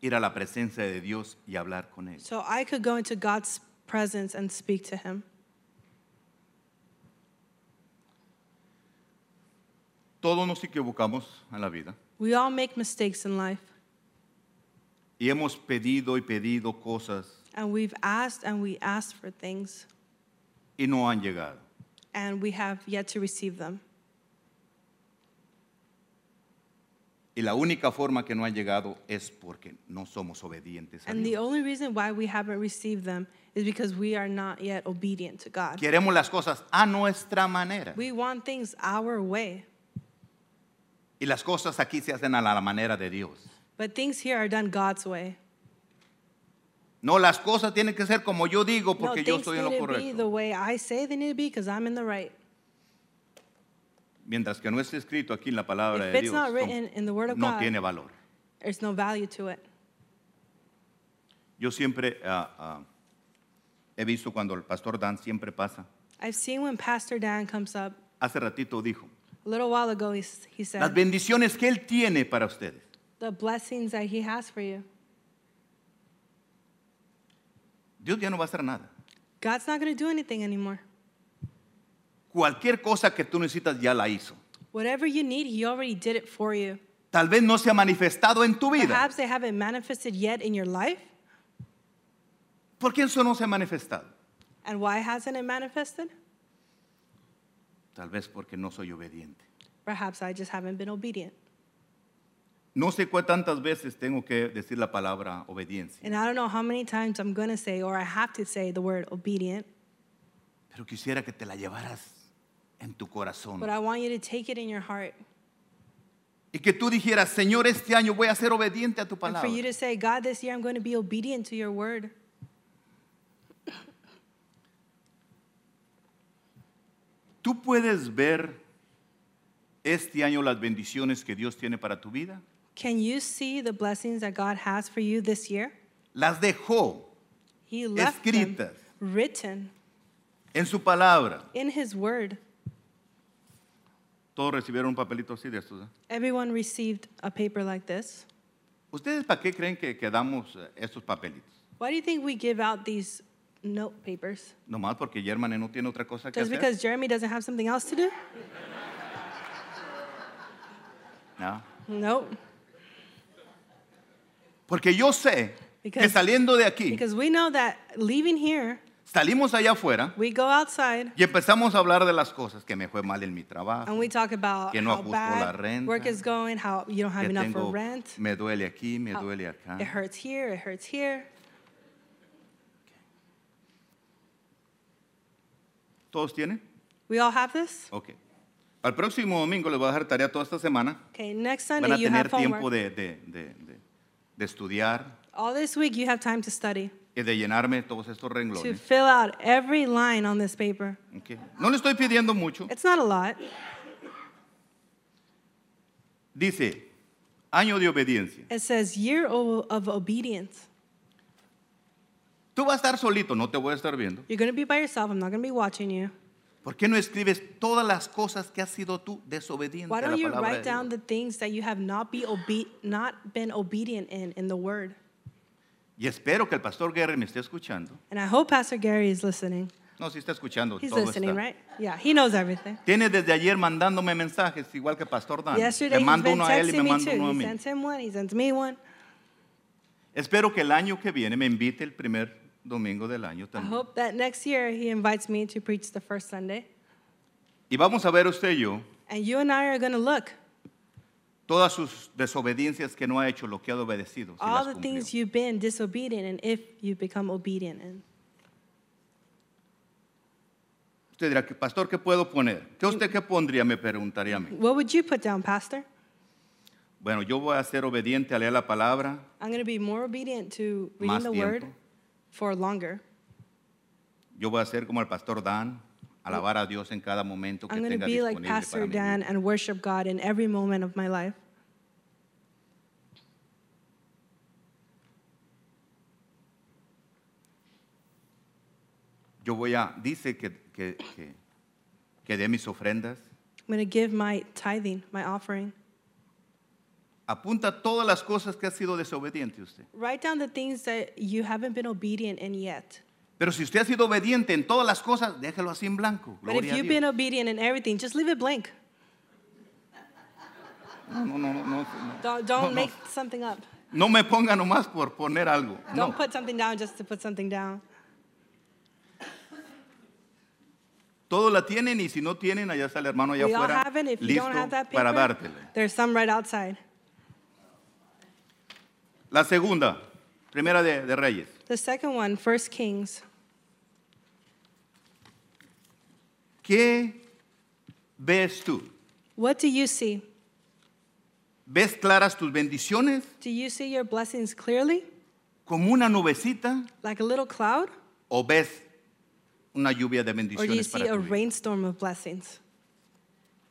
A: ir a la presencia de Dios y hablar con Él.
B: so I could go into God's presence and speak to him.
A: Todos nos equivocamos en la vida
B: We all make mistakes in life,
A: y hemos pedido y pedido cosas
B: and we've asked and we asked for things,
A: y no han llegado.
B: and we have yet to receive them.
A: Y la única forma que no han llegado es porque no somos obedientes a
B: And the
A: Dios.
B: only reason why we haven't received them is because we are not yet obedient to God.
A: Queremos las cosas a nuestra manera.
B: We want things our way,
A: Y las cosas aquí se hacen a la manera de Dios.
B: but things here are done God's way.
A: No, las cosas tienen que ser como yo digo
B: No,
A: porque yo
B: things
A: estoy en lo
B: need to be the
A: correcto.
B: way I say they need to be because I'm in the right.
A: Mientras que no esté escrito aquí en la palabra
B: If
A: de
B: it's
A: Dios,
B: not
A: son-
B: written in the Word of
A: no
B: God,
A: tiene valor.
B: There's no value to it.
A: Yo siempre ah, ah, he visto cuando el pastor Dan siempre pasa.
B: I've seen when Pastor Dan comes up
A: Hace ratito dijo,
B: a little while ago, he, s- he said,
A: las bendiciones que él tiene para ustedes.
B: the blessings that he has for you.
A: Dios ya no va a hacer nada.
B: God's not going to do anything anymore.
A: Cualquier cosa que tú necesitas ya la hizo.
B: Whatever you need, he already did it for you.
A: Tal vez no se ha manifestado en tu vida.
B: Perhaps they haven't manifested yet in your life.
A: ¿Por qué eso no se ha manifestado?
B: And why hasn't it manifested?
A: Tal vez porque no soy obediente.
B: Perhaps I just haven't been obedient.
A: No sé cuántas veces tengo que decir la palabra obediencia,
B: And I don't know how many times I'm going to say, or I have to say, the word obedient,
A: pero quisiera que te la llevaras en tu corazón
B: but I want you to take it in your heart.
A: y que tú dijeras, Señor, este año voy a ser obediente a tu
B: And for
A: palabra.
B: you to say, God, this year I'm going to be obedient to your word.
A: ¿Tú puedes ver este año las bendiciones que Dios tiene para tu vida?
B: Can you see the blessings that God has for you this year?
A: Las dejó
B: He left them
A: Escritas.
B: written
A: en su palabra.
B: in His Word.
A: Todos recibieron un papelito así de estos. ¿eh?
B: Everyone received a paper like this.
A: ¿Ustedes para qué creen que, que damos eh, estos papelitos?
B: Why do you think we give out these note papers?
A: Nomás porque Germán no tiene otra cosa que
B: Just
A: hacer.
B: because Jeremy doesn't have something else to do?
A: No.
B: Nope.
A: Porque yo sé que
B: Because-
A: saliendo de aquí,
B: Because we know that leaving here,
A: salimos allá afuera
B: we go outside
A: y empezamos a hablar de las cosas que me fue mal en mi trabajo,
B: and we talk about
A: Que no
B: how
A: ajustó
B: bad
A: la renta.
B: work is going, how you don't have
A: que
B: enough for
A: tengo,
B: rent,
A: me duele aquí, me
B: how
A: duele acá.
B: it hurts here, it hurts here.
A: ¿Todos tienen?
B: We all have this?
A: Ok. Al próximo domingo les voy a dejar tarea toda esta semana.
B: Okay, next
A: Van a
B: Sunday you
A: tener
B: have
A: tiempo
B: homework.
A: de, de- de- de- de estudiar
B: All this week you have time to study,
A: y de llenarme todos estos
B: to
A: renglones.
B: fill out every line on this paper.
A: Ok. No le estoy pidiendo mucho.
B: It's not a lot.
A: Dice, año de obediencia.
B: It says year o- of obedience.
A: Tú vas a estar solito, no te voy a estar viendo.
B: You're going to be by yourself. I'm not going to be watching you.
A: ¿Por qué no escribes todas las cosas que has sido tú desobediente
B: Why
A: a la
B: don't you
A: palabra de
B: write
A: Dios?
B: down the things that you have not be obe- not been obedient in in the word?
A: Y espero que el pastor Guerre me esté escuchando.
B: And I hope Pastor Gary is listening.
A: No, sí está escuchando.
B: He's
A: todo
B: listening,
A: está.
B: right? Yeah, he knows everything.
A: Tiene desde ayer mandándome mensajes, igual que Pastor Dan.
B: Yesterday
A: Le
B: he's
A: mando
B: been
A: uno a él y me
B: texting me
A: mando uno a
B: too. He
A: mí.
B: sends him one. He sends me one.
A: Espero que el año que viene me invite el primer domingo del año
B: I
A: también.
B: hope that next year he invites me to preach the first Sunday.
A: Y vamos a ver usted y yo
B: And you and I are going to look
A: todas sus desobediencias que no ha hecho, lo que ha obedecido. si
B: all
A: las
B: the
A: cumplió.
B: things you've been disobedient and if you become obedient in.
A: Usted dirá, "¿Qué, Pastor, ¿qué puedo poner? ¿Qué usted qué pondría? Me preguntaría a mí.
B: What would you put down, Pastor?
A: Bueno, yo voy a ser obediente a leer la palabra,
B: I'm going to be more obedient to reading
A: Más
B: the word
A: tiempo.
B: for longer.
A: Yo voy a ser como el pastor Dan, alabar a Dios en cada momento que
B: I'm going
A: tenga
B: to be like
A: disponible para
B: Pastor
A: mí.
B: Dan and worship God in every moment of my life.
A: Yo voy a, dice que, que, que, que dé mis ofrendas
B: I'm going to give my tithing, my offering.
A: a Apunta todas las cosas que ha sido desobediente usted.
B: Write down the things that you haven't been obedient in yet.
A: Pero si usted ha sido obediente en todas las cosas, déjelo así en blanco.
B: But if
A: Gloria a
B: you've been
A: Dios.
B: obedient in everything, just leave it blank.
A: No, no, no, no, no.
B: Don't,
A: No, no.
B: don't make something up.
A: No me ponga nomás por poner algo.
B: Don't
A: No.
B: put something down just to put something down.
A: Todo la tienen y si no tienen, allá está el hermano allá
B: we all
A: afuera
B: have it. If you
A: listo
B: don't have that
A: para
B: paper,
A: dártela.
B: there's some right outside.
A: La segunda, primera de, de Reyes.
B: The second one, First Kings.
A: ¿Qué ves tú?
B: What do you see?
A: ¿Ves claras tus bendiciones
B: Do you see your blessings clearly,
A: como una nubecita
B: like a little cloud,
A: o ves una lluvia de
B: or do you
A: bendiciones
B: see
A: para
B: a
A: tu vida?
B: rainstorm of blessings?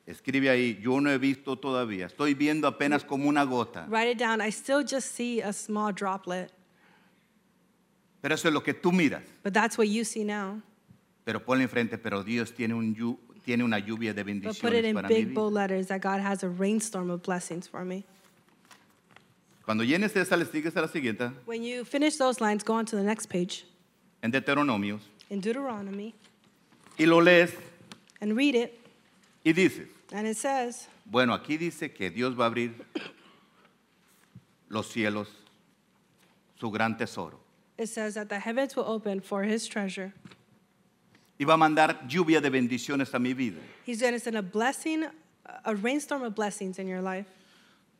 A: Escribe ahí, yo no he visto todavía, estoy viendo apenas como una gota.
B: Write it down. I still just see a small droplet,
A: Pero eso es lo que tú miras.
B: but that's what you see now.
A: Pero ponle enfrente, pero Dios tiene, un llu- tiene una lluvia de
B: But put
A: bendiciones
B: it in
A: para mi
B: big, bold
A: vida.
B: letters that God has a rainstorm of blessings for me.
A: Cuando llenes esta, le sigues a la siguiente,
B: When you finish those lines, go on to the next page
A: en Deuteronomios,
B: in Deuteronomy
A: y lo lees
B: and read it.
A: y dices,
B: And it says,
A: Bueno, aquí dice que Dios va a abrir los cielos, su gran tesoro,
B: it says that the heavens will open for his treasure.
A: y va a mandar lluvia de bendiciones a mi vida.
B: He's going to send a blessing, a rainstorm of blessings in your life.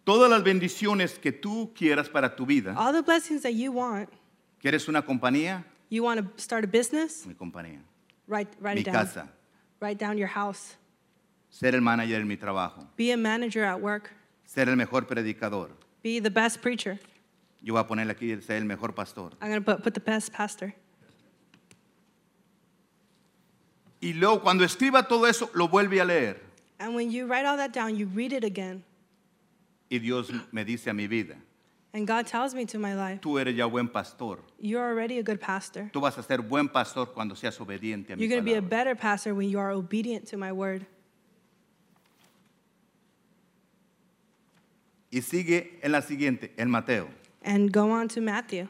A: Todas las bendiciones que tú quieras para tu vida.
B: All the blessings that you want.
A: ¿Quieres una compañía?
B: You want to start a business?
A: Mi compañía.
B: Write, write
A: Mi
B: it down.
A: casa.
B: Write down your house.
A: Ser el manager en mi trabajo.
B: Be a manager at work.
A: Ser el mejor predicador.
B: Be the best preacher.
A: Yo voy a ponerle aquí el ser el mejor pastor.
B: I'm going to put, put the best pastor.
A: Y luego cuando escriba todo eso, lo vuelve a leer.
B: And when you write all that down, you read it again.
A: Y Dios me dice a mi vida,
B: And God tells me to my life,
A: tú eres ya buen pastor.
B: you're already a good pastor.
A: Tú vas a ser buen pastor cuando seas obediente a mi
B: You're going to be a
A: palabra.
B: better pastor when you are obedient to my word.
A: Y sigue en la siguiente, en Mateo.
B: And go on to Matthew.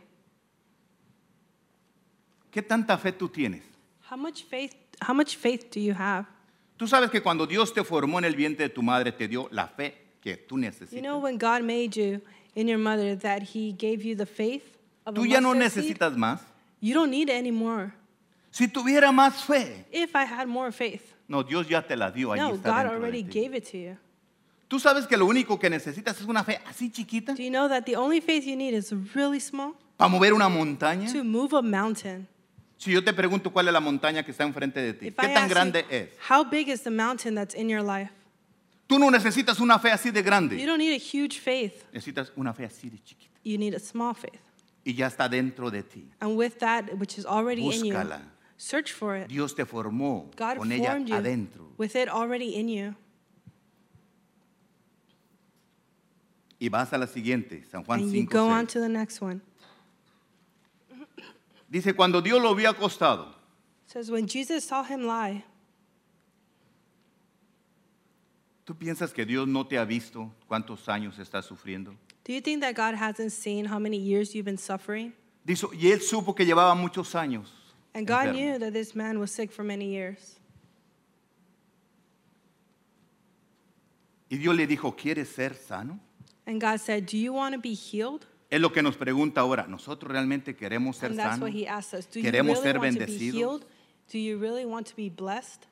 A: ¿Qué tanta fe tú tienes?
B: How much faith how much faith do you have?
A: Tú sabes que cuando Dios te formó en el vientre de tu madre, te dio la fe que tú necesitas.
B: You know when God made you in your mother that he gave you the faith of
A: tú
B: a
A: ya no
B: mustard seed?
A: necesitas más.
B: You don't need it anymore.
A: Si tuviera más fe.
B: If I had more faith.
A: No, Dios ya te la dio. Ahí
B: No,
A: está
B: God
A: dentro de
B: already
A: ti.
B: gave it to you.
A: Tú sabes que lo único que necesitas es una fe así chiquita
B: Do you know that the only faith you need is really small
A: para mover una montaña.
B: to move a mountain?
A: Si yo te pregunto cuál es la montaña que está enfrente de ti,
B: If
A: ¿qué
B: I
A: tan
B: ask
A: grande
B: you,
A: es?
B: How big is the mountain that's in your life?
A: Tú no necesitas una fe así de
B: You
A: grande.
B: don't need a huge faith.
A: Necesitas una fe así de chiquita.
B: You need a small faith.
A: Y ya está dentro de ti.
B: And with that which is already in you,
A: Búscala.
B: search for it.
A: Dios te formó
B: God
A: con ella
B: formed you
A: adentro.
B: with it already in you.
A: Y vas a la siguiente, San Juan
B: And you go
A: 5.
B: on to the next one.
A: Dice, cuando Dios lo vio acostado,
B: It says when Jesus saw him lie,
A: ¿tú piensas que Dios no te ha visto cuántos años estás sufriendo?
B: do you think that God hasn't seen how many years you've been suffering?
A: Dice, y él supo que llevaba muchos años.
B: And God
A: enfermo.
B: knew that this man was sick for many years.
A: Y Dios le dijo, ¿quieres ser sano?
B: And God said, "Do you want to be healed?"
A: Es lo que nos pregunta ahora, ¿nosotros realmente queremos ser
B: And that's
A: sanos?
B: what he asked us. Do you really
A: ¿Queremos ser
B: want to be
A: bendecidos?
B: healed? Do you really want to be blessed?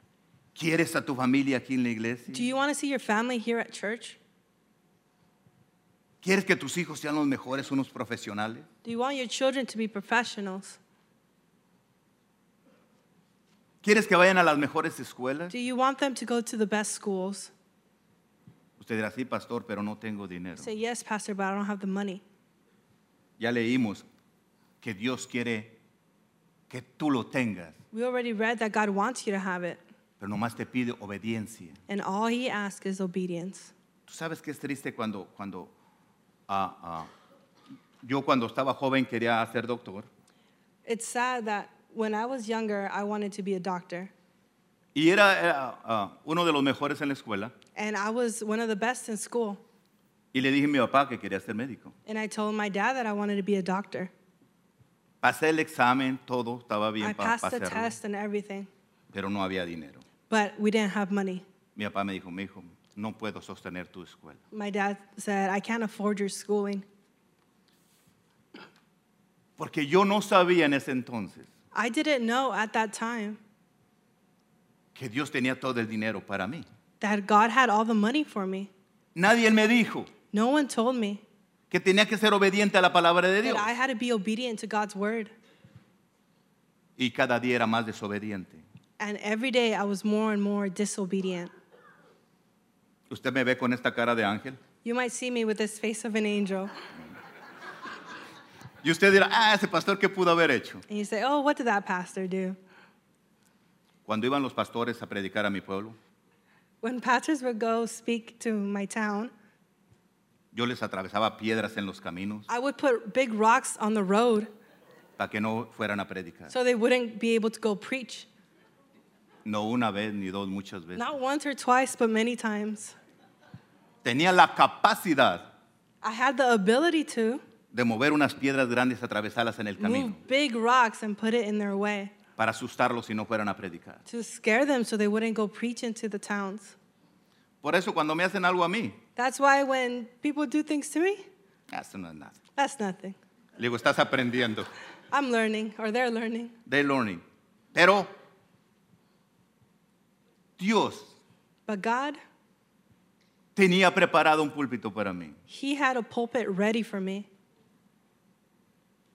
A: ¿Quieres a tu familia aquí en la
B: Do
A: iglesia?
B: you want to see your family here at church?
A: ¿Quieres que tus hijos sean los mejores, unos profesionales?
B: Do you want your children to be professionals?
A: ¿Quieres que vayan a las mejores escuelas?
B: Do you want them to go to the best schools?
A: Usted dirá, sí, pastor, pero no tengo dinero.
B: Say, yes, Pastor, but I don't have the money.
A: Ya leímos que Dios quiere que tú lo tengas,
B: We already read that God wants you to have it.
A: pero nomás te pide obediencia.
B: And all he asks is obedience.
A: Tú sabes que es triste cuando, cuando ah, ah, yo cuando estaba joven quería ser doctor
B: It's sad that when I was younger, I wanted to be a doctor.
A: y era, era, ah, uno de los mejores en la escuela,
B: And I was one of the best in school.
A: Y le dije a mi papá que quería ser médico.
B: And I told my dad that I wanted to be a doctor.
A: Pasé el examen, todo estaba
B: I
A: bien para
B: passed the
A: pasarlo,
B: test and everything,
A: pero no había dinero.
B: but we didn't have money.
A: Mi papá me dijo, mi hijo, no puedo sostener tu escuela.
B: My dad said, I can't afford your schooling.
A: Porque yo no sabía en ese entonces
B: I didn't know at that time
A: que Dios tenía todo el dinero para mí.
B: that God had all the money for me.
A: Nadie me dijo
B: No one told me
A: que tenía que ser obediente a la palabra de
B: that
A: Dios.
B: I had to be obedient to God's word.
A: Y cada día era más desobediente.
B: And every day I was more and more disobedient.
A: Usted me ve con esta cara de ángel
B: You might see me with this face of an angel,
A: y usted dirá, ah, ese pastor, ¿qué pudo haber hecho?
B: and you say, Oh, what did that pastor do?
A: Cuando iban los pastores a predicar a mi pueblo,
B: When pastors would go speak to my town,
A: yo les atravesaba piedras en los caminos
B: I would put big rocks on the road
A: para que no fueran a predicar.
B: so they wouldn't be able to go preach.
A: No una vez ni dos, muchas veces.
B: Not once or twice, but many times.
A: Tenía la capacidad
B: I had the ability to
A: de mover unas piedras grandes, atravesarlas en el camino,
B: move big rocks and put it in their way
A: para asustarlos si no fueran a predicar.
B: to scare them so they wouldn't go preach into the towns.
A: Por eso cuando me hacen algo a mí,
B: That's why when people do things to me,
A: "Ah, eso no es nada.
B: that's nothing.
A: Le digo, estás aprendiendo.
B: I'm learning, or they're learning.
A: They're learning. Pero Dios
B: But God,
A: tenía preparado un púlpito para mí.
B: He had a pulpit ready for me.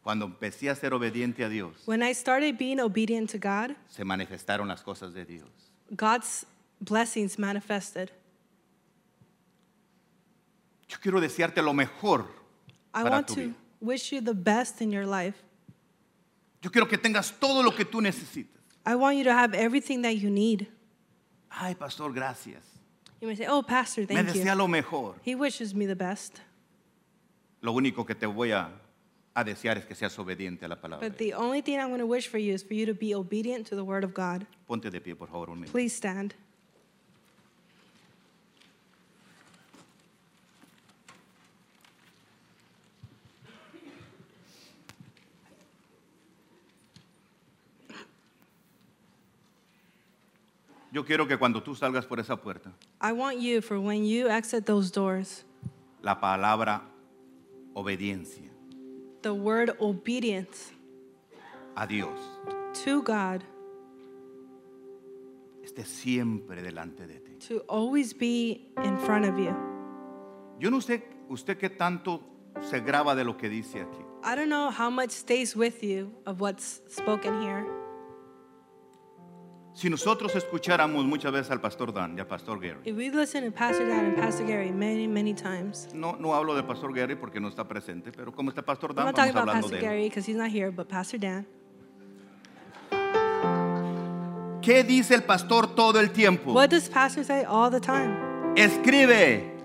A: Cuando empecé a ser obediente a Dios,
B: When I started being obedient to God,
A: se manifestaron las cosas de Dios.
B: God's blessings manifested.
A: Yo quiero desearte lo mejor
B: I
A: para
B: want
A: tu
B: to
A: vida.
B: wish you the best in your life.
A: Yo quiero que tengas todo lo que tú necesitas.
B: I want you to have everything that you need.
A: Ay, pastor, gracias.
B: You may say, Oh, Pastor,
A: Me
B: thank
A: desea
B: you.
A: lo mejor.
B: He wishes me the best.
A: Lo único que te voy a, a desear es que seas obediente a la palabra.
B: But the only thing I'm going to wish for you is for you to be obedient to the word of God.
A: Ponte de pie, por favor, un minuto.
B: Please stand.
A: Yo quiero que cuando tú salgas por esa puerta,
B: I want you for when you exit those doors,
A: la palabra obediencia
B: the word obedience
A: a Dios
B: to God
A: esté siempre delante de ti.
B: to always be in front of you.
A: Yo no sé usted qué tanto se graba de lo que dice aquí,
B: I don't know how much stays with you of what's spoken here.
A: Si nosotros escucháramos muchas veces al pastor Dan y al pastor Gary,
B: If we listen to Pastor Dan and Pastor Gary many, many times,
A: no, no hablo del pastor Gary porque no está presente, pero como está pastor
B: I'm
A: Dan,
B: not talking
A: vamos
B: about
A: hablando
B: Pastor
A: de él.
B: Gary because he's not here, but Pastor Dan.
A: ¿Qué dice el pastor todo el tiempo?
B: What does Pastor say all the time?
A: Escribe,
B: Write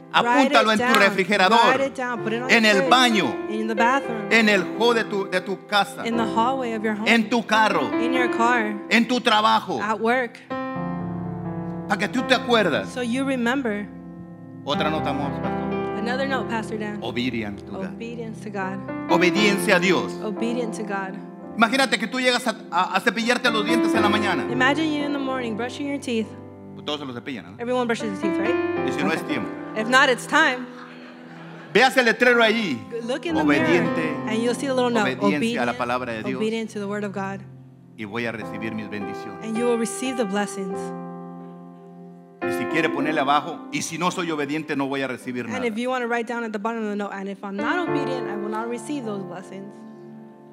A: apúntalo
B: it
A: en tu
B: down.
A: refrigerador,
B: Write it down. Put it on
A: en
B: your
A: el
B: fridge,
A: baño,
B: in the bathroom,
A: en el hall de tu, de tu casa,
B: in the hallway of your home,
A: en tu Oh. carro,
B: in your car,
A: en tu trabajo,
B: at work,
A: para que tú te acuerdas.
B: so you remember.
A: Otra nota más, pastor.
B: Another note, Pastor Dan.
A: Oh, Obedience to God.
B: Obedience to God.
A: Obediencia a Dios.
B: Obedient to God.
A: Imagínate que tú llegas a, a- a cepillarte los dientes en la mañana.
B: Imagine you in the morning brushing your teeth.
A: Todos se los cepillan, ¿no?
B: Everyone brushes their teeth, right?
A: Y si no es
B: Okay.
A: tiempo.
B: If not, it's time.
A: Veas el letrero allí.
B: Look in the
A: Obediente.
B: mirror, and you'll see the little note.
A: obediencia a la palabra de Dios.
B: obedient to the word of God,
A: Y voy a recibir mis bendiciones.
B: and you will receive the blessings.
A: Y si quiere ponerle abajo, y si no soy obediente, no voy a recibir nada.
B: And if you want to write down at the bottom of the note, and if I'm not obedient, I will not receive those blessings.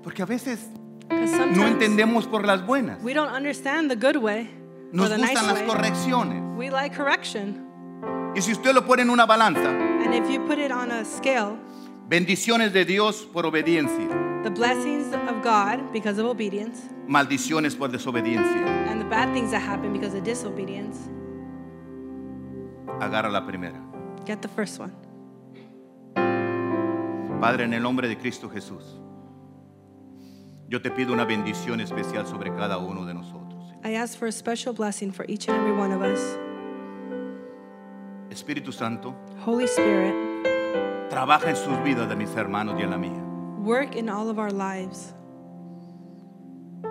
A: Porque a veces
B: Because
A: no
B: sometimes
A: entendemos por las buenas.
B: we don't understand the good way or
A: Nos
B: the nice
A: gustan las
B: way.
A: correcciones.
B: We like correction,
A: Y si usted lo pone en una balanza,
B: and if you put it on a scale,
A: bendiciones de Dios por obediencia,
B: the blessings of God because of obedience,
A: maldiciones por desobediencia.
B: and the bad things that happen because of disobedience.
A: Agarra la primera.
B: Get the first one.
A: Padre, en el nombre de Cristo Jesús, yo te pido una bendición especial sobre cada uno de nosotros. Señor.
B: I ask for a special blessing for each and every one of us.
A: Espíritu Santo,
B: Holy Spirit,
A: Trabaja en sus vidas de mis hermanos y en la mía.
B: Work in all of our lives.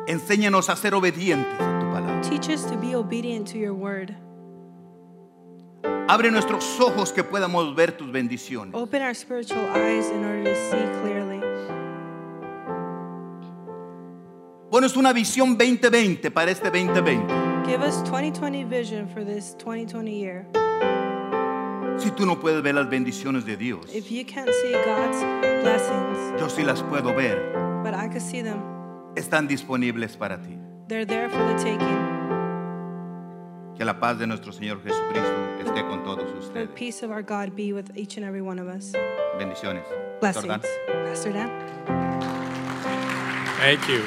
A: Enséñanos a ser obedientes a tu palabra.
B: Teach us to be obedient to your word.
A: Abre nuestros ojos que podamos ver tus bendiciones.
B: Open our spiritual eyes in order to see clearly.
A: Ponos una visión 2020 para este 2020.
B: Give us 2020 vision for this 2020 year.
A: Si tú no puedes ver las bendiciones de Dios,
B: If you can't see God's blessings,
A: yo sí las puedo ver.
B: but I could see them,
A: Están disponibles para ti.
B: they're there for the taking.
A: Que la paz de nuestro Señor Jesucristo esté con todos
B: The
A: ustedes.
B: peace of our God be with each and every one of us.
A: Bendiciones.
B: Blessings.
A: Jordán.
B: Pastor Dan.
C: Thank you.